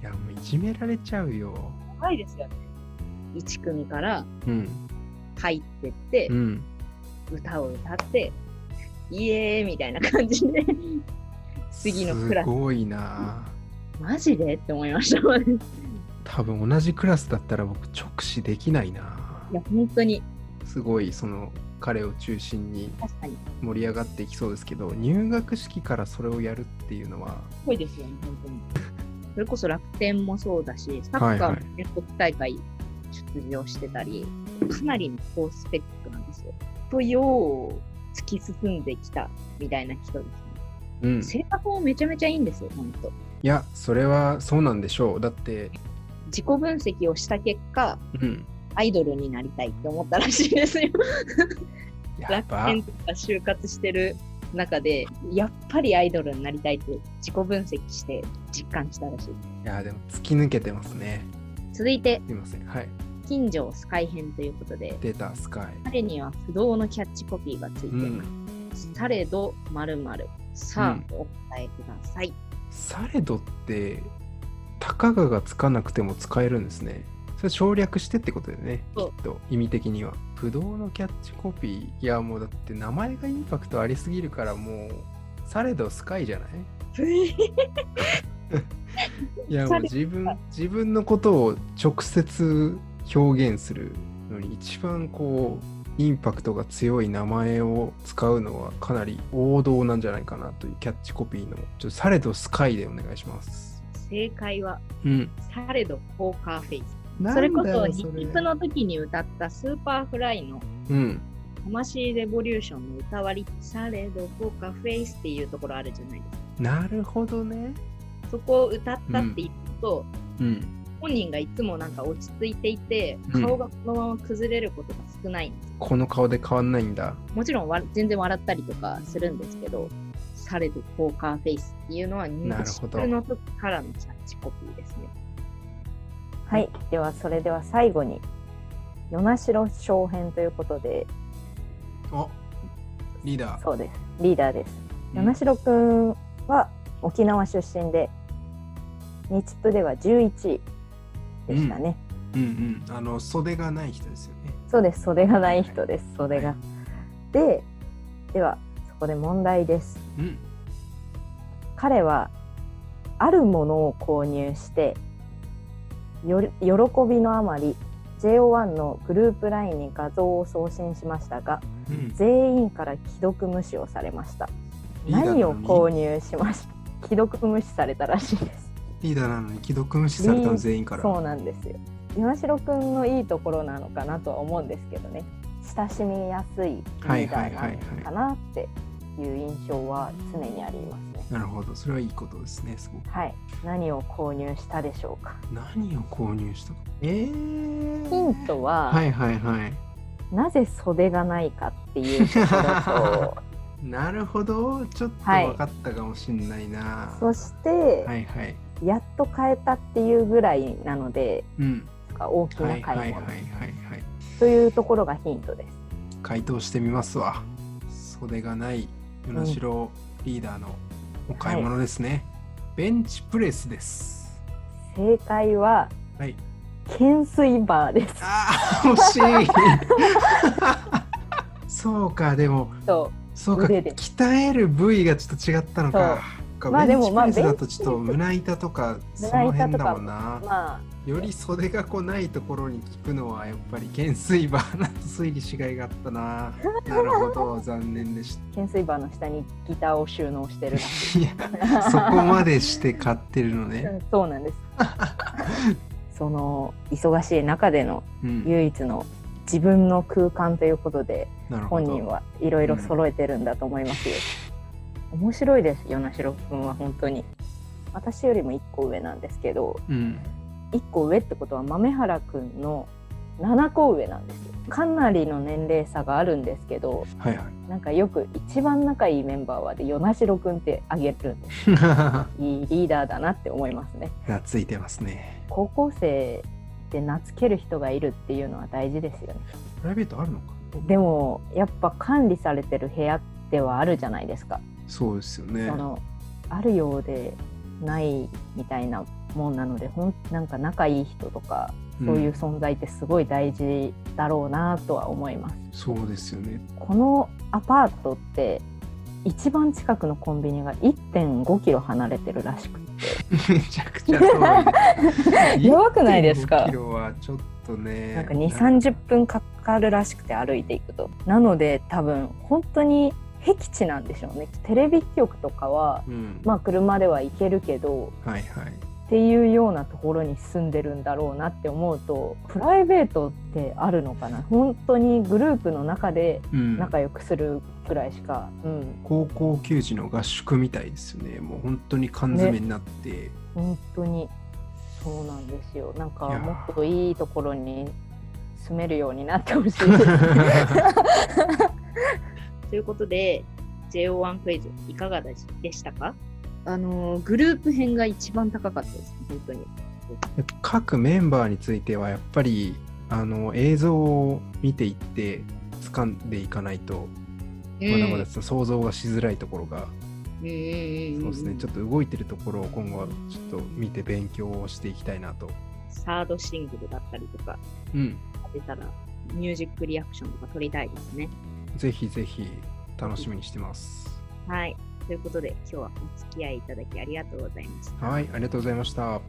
Speaker 2: いやもういじめられちゃうよ
Speaker 1: やばいですよね。1組から
Speaker 2: うん
Speaker 1: 入ってって
Speaker 2: う、ん
Speaker 1: 歌を歌って、イエーイみたいな感じで、 次のクラス
Speaker 2: すごいな
Speaker 1: マジでって思いました。
Speaker 2: 多分同じクラスだったら僕直視できないない
Speaker 1: や、本当に、
Speaker 2: すごいその彼を中心に
Speaker 1: 確かに、す
Speaker 2: 盛り上がっていきそうですけど入学式からそれをやるっていうのは
Speaker 1: ごいですよね、本当に。それこそ楽天もそうだし、サッカーも全国大会出場してたり、かなりの高スペックなんですよ。と、よう突き進んできたみたいな人ですね。
Speaker 2: うん
Speaker 1: 性格もめちゃめちゃいいんですよ、本当。
Speaker 2: いやそれはそうなんでしょうだって
Speaker 1: 自己分析をした結果、
Speaker 2: うん
Speaker 1: アイドルになりたいって思ったらしいですよ。
Speaker 2: やっ
Speaker 1: 楽
Speaker 2: ぱ
Speaker 1: 天とか就活してる中で、やっぱりアイドルになりたいって自己分析して実感したらしい。
Speaker 2: いやでも突き抜けてますね。
Speaker 1: 続いて、
Speaker 2: すいません。はい。
Speaker 1: 近所スカイ編ということで、
Speaker 2: データスカイ。
Speaker 1: 彼には不動のキャッチコピーがついています。
Speaker 2: ん。
Speaker 1: されどまるさあ、お答えください。
Speaker 2: されどってたかががつかなくても使えるんですね。それ省略してってことだよね、き
Speaker 3: そう
Speaker 2: っと、意味的には。ぶどうのキャッチコピー、いやもうだって名前がインパクトありすぎるからもう、されどスカイじゃないいやもう自分自分のことを直接表現するのに一番こうインパクトが強い名前を使うのはかなり王道なんじゃないかなというキャッチコピーのちょっとされどスカイでお願いします。
Speaker 3: 正解は、
Speaker 2: うん。
Speaker 3: されどポーカーフェイス。
Speaker 2: なん
Speaker 3: そ
Speaker 2: だ
Speaker 3: れ
Speaker 2: よ
Speaker 3: こそ、ヒ
Speaker 2: れ
Speaker 3: ップの時に歌ったスーパーフライの
Speaker 2: うん。
Speaker 3: 魂レボリューションの歌割り、されどポーカーフェイスっていうところあるじゃないですか。
Speaker 2: なるほどね。
Speaker 3: そこを歌ったって言うと、
Speaker 2: うん。
Speaker 3: 本人がいつもなんか落ち着いていて、
Speaker 2: うん
Speaker 3: 顔がこのまま崩れることが少ないんです。
Speaker 2: この顔で変わんないんだ。
Speaker 3: もちろんわ全然笑ったりとかするんですけど、されどポーカーフェイスっていうのは、
Speaker 2: なるほど
Speaker 3: の時からのキャッチコピーですね。
Speaker 1: はい、ではそれでは最後に与那城小編ということで
Speaker 2: あリーダー。
Speaker 1: そうですリーダーです
Speaker 2: う
Speaker 1: 与
Speaker 2: ん
Speaker 1: 那城くんは沖縄出身で日プでは11位でしたね、
Speaker 2: うんうん。あの袖がない人ですよね。
Speaker 1: そうです袖がない人です袖が、でではそこで問題です
Speaker 2: うん。
Speaker 1: 彼はあるものを購入してより喜びのあまり JO1 のグループ LINE に画像を送信しましたが
Speaker 2: うん。
Speaker 1: 全員から既読無視をされました
Speaker 2: リーダーなのに
Speaker 1: 何を購入しました既読無視されたらしいです
Speaker 2: リーダーなのに既読無視されたの全員から。
Speaker 1: そうなんですよ岩城くんのいいところなのかなとは思うんですけどね親しみやすいリーダーなのかなっていう印象は常にありますね
Speaker 2: なるほど。それはいいことですね。すごく。
Speaker 1: はい何を購入したでしょうか
Speaker 2: 何を購入したかええ
Speaker 1: ヒントは、
Speaker 2: はいはいはい
Speaker 1: なぜ袖がないかっていうところ
Speaker 2: なるほどちょっと
Speaker 1: はい
Speaker 2: 分かったかもしんないな、
Speaker 1: と そ
Speaker 2: は
Speaker 1: して、
Speaker 2: い、はいはい
Speaker 1: やっと買えたっていうぐらいなので
Speaker 2: うん
Speaker 1: 大き
Speaker 2: は
Speaker 1: ない
Speaker 2: はいは
Speaker 1: 買
Speaker 2: い
Speaker 1: い
Speaker 2: はい
Speaker 1: 物
Speaker 2: はい
Speaker 1: というところがヒントです
Speaker 2: 回答してみますわ袖がない与那城リーダーのお買い物ですね、ベンチプレスです
Speaker 1: 正解は
Speaker 2: はい
Speaker 1: 懸垂バーです
Speaker 2: あー 惜しい そうかでも
Speaker 1: と
Speaker 2: そうか
Speaker 1: 腕で
Speaker 2: 鍛える部位がちょっと違ったのか。か
Speaker 1: まあ
Speaker 2: ベン
Speaker 1: でも
Speaker 2: チプ
Speaker 1: まあ
Speaker 2: レスだとちょっと胸板とかその辺だもんな。
Speaker 1: まあ
Speaker 2: より袖がこうないところに効くのはやっぱり懸垂バーなと推理しがいがあったな。なるほど残念でし
Speaker 1: 懸垂バーの下にギターを収納してる
Speaker 2: た。いや そこまでして買ってるのね。
Speaker 1: そうなんです その忙しい中での
Speaker 2: うん、
Speaker 1: 唯一の自分の空間ということで
Speaker 2: なるほ
Speaker 1: 本
Speaker 2: ど。
Speaker 1: 人はいろいろ揃えてるんだと思いますよ、面白いです与那城君は本当に私よりも1個上なんですけど
Speaker 2: うん、
Speaker 1: 1個上ってことは豆原君の7個上なんですよかなりの年齢差があるんですけど
Speaker 2: はいはい。
Speaker 1: なんかよく一番仲いいメンバーはで与那城君ってあげるんですいいリーダーだなって思いますね
Speaker 2: 懐いて ますね。
Speaker 1: 高校生で懐ける人がいるっていうのは大事ですよね
Speaker 2: プライベートあるのか。
Speaker 1: でもやっぱ管理されてる部屋ではあるじゃないですか
Speaker 2: そうですよね
Speaker 1: そ。のあるようでないみたいなもんなのでほんなんか仲いい人とかそういううん存在ってすごい大事だろうなとは思います、
Speaker 2: そうですよね。
Speaker 1: このアパートって一番近くのコンビニが1.5キロ離れてるらしくて
Speaker 2: めちゃくちゃ遠い。
Speaker 1: やばくないですか
Speaker 2: 1.5キロはちょっとね。
Speaker 1: なんか2 3 0分かかるらしくて歩いていくとなので多分本当に僻地なんでしょうねテレビ局とかは
Speaker 2: うん。
Speaker 1: まあ車では行けるけど
Speaker 2: はいはい。
Speaker 1: っていうようなところに住んでるんだろうなって思うとプライベートってあるのかな本当にグループの中で
Speaker 2: うん。
Speaker 1: 仲良くするくらいしか、うん、
Speaker 2: 高校球児の合宿みたいですよね。もう本当に缶詰になって、
Speaker 1: 本当にそうなんですよなんか
Speaker 2: いやー
Speaker 1: もっといいところに住めるようになってほしい です
Speaker 3: ということで、JO1 クイズ、いかがでしたかあのーグループ編が一番高かったです、本当に。
Speaker 2: 各メンバーについてはやっぱりあの映像を見ていって掴んでいかないと、まだまだ想像がしづらいところが
Speaker 1: うん
Speaker 2: そうですね、ちょっと動いてるところを今後はちょっと見て勉強をしていきたいなと。
Speaker 1: サードシングルだったりとか
Speaker 2: うん、
Speaker 1: 出たらミュージックリアクションとか撮りたいですね。
Speaker 2: ぜひぜひ楽しみにしてます。
Speaker 1: はい。ということで今日はお付き合いいただきありがとうございました。
Speaker 2: はい、ありがとうございました。